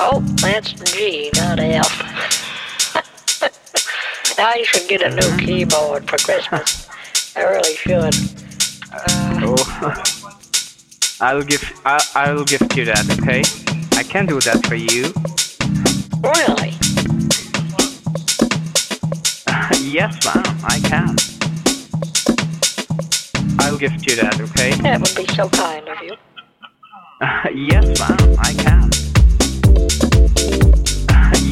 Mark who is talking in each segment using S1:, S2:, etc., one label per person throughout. S1: Oh, that's G, not F. I should get a new keyboard for Christmas. I really should. Uh,
S2: Oh, I'll give I, I'll give you that. Okay, I can do that for you.
S1: really?
S2: yes, ma'am, I can. I'll give you that. Okay.
S1: That would be so kind of you.
S2: yes, ma'am, I can.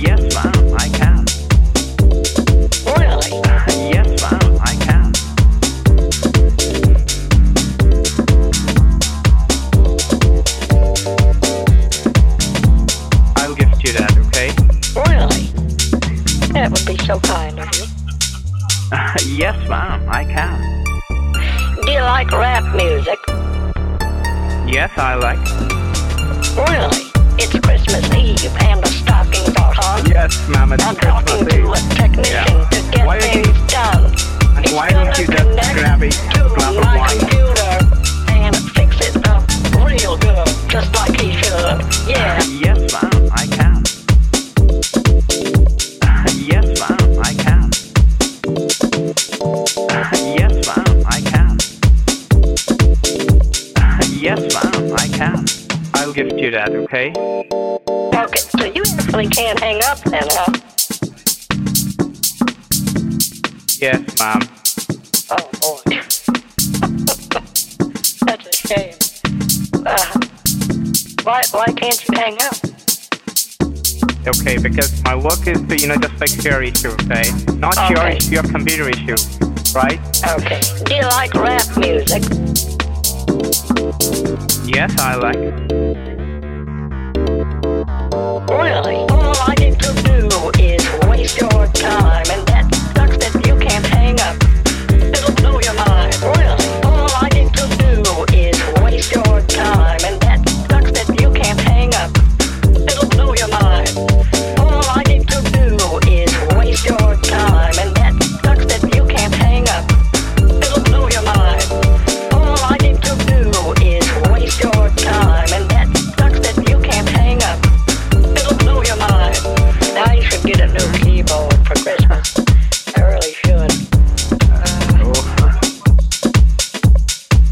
S2: yes, ma'am, I can.
S1: Really?
S2: Yes, ma'am, I can. I'll give you that. Okay.
S1: Really? That would be so kind of you.
S2: yes, ma'am, I can.
S1: Do you like rap music?
S2: Yes, I like.
S1: Really? It's Christmas Eve and the stockings are hung.
S2: Yes, ma'am, it's
S1: I'm talking
S2: Christmas
S1: to
S2: Eve.
S1: a technician
S2: Yeah.
S1: to get
S2: Why don't you-
S1: things done.
S2: And
S1: It's
S2: why don't you
S1: gonna
S2: just
S1: connect
S2: grab a
S1: to
S2: glass of
S1: my
S2: wine?
S1: computer and fix it up real good, just like he should. Yeah.
S2: Yes, ma'am, I can. Yes, ma'am, I can. Yes, ma'am, I can. Yes, ma'am, I can. I'll give you that, okay?
S1: Okay, so you actually can't hang up then, huh?
S2: Yes, ma'am.
S1: Oh boy. That's a shame. Uh, why why can't you hang up?
S2: Okay, because my work is to, you know, just fix your issue, okay? Not your
S1: Okay.
S2: issue, your computer issue, right?
S1: Okay. Do you like rap music?
S2: Yes, I like.
S1: Really? All I need to do is waste your time, and that sucks that you can't hang up. It'll blow your mind. Really? All I need to do is waste your time, and that sucks that you can't hang up. It'll blow your mind. All I need to do is waste your time, and that sucks that you can't hang up. It'll blow your mind. All I need to do is waste your time, and that sucks that you can't hang up. It'll blow your mind. I should get a new keyboard for Christmas. I really should. Uh,
S2: Oh.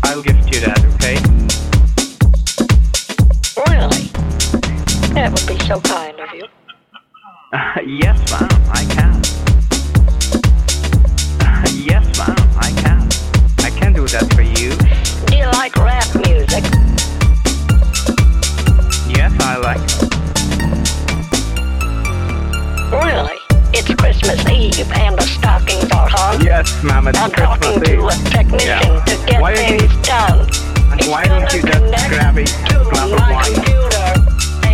S2: I'll give you that, okay?
S1: really? That would be so kind of you.
S2: yes, ma'am, I can. yes, ma'am, I can. I can do that for you.
S1: Do you like rap music?
S2: Yes, I like.
S1: Really? It's Christmas Eve and the stockings are hung.
S2: Yes, ma'am, it's
S1: I'm talking
S2: Christmas
S1: to a
S2: Eve.
S1: technician
S2: Yeah.
S1: to get
S2: Why don't you-
S1: things done.
S2: And
S1: It's
S2: why don't
S1: gonna
S2: you just
S1: connect
S2: grab a
S1: to
S2: glass of
S1: my
S2: wine?
S1: computer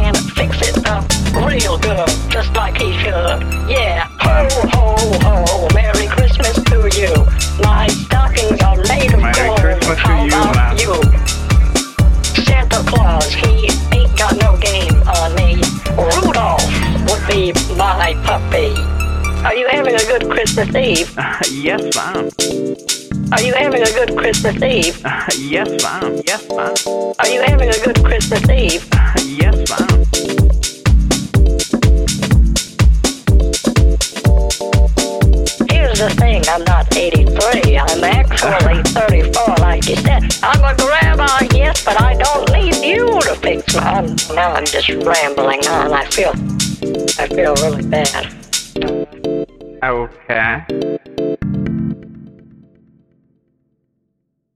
S1: and fix it up real good, just like he should. Yeah. Ho, ho, ho. Merry Christmas to you. My stockings are made of
S2: Merry
S1: gold.
S2: Christmas to
S1: How
S2: you,
S1: about
S2: ma'am.
S1: you? Santa Claus, he ain't got no game on me. Rudolph would be my puppy. Are you having a good Christmas Eve?
S2: yes, ma'am.
S1: Are you having a good Christmas Eve?
S2: yes, ma'am. Yes, ma'am.
S1: Are you having a good Christmas Eve?
S2: Yes, ma'am.
S1: Here's the thing, I'm not 83. I'm actually 34, like you said. I'm a grandma, yes, but I don't need you to fix my. I'm, now I'm just rambling on. I feel, I feel really bad.
S2: Okay.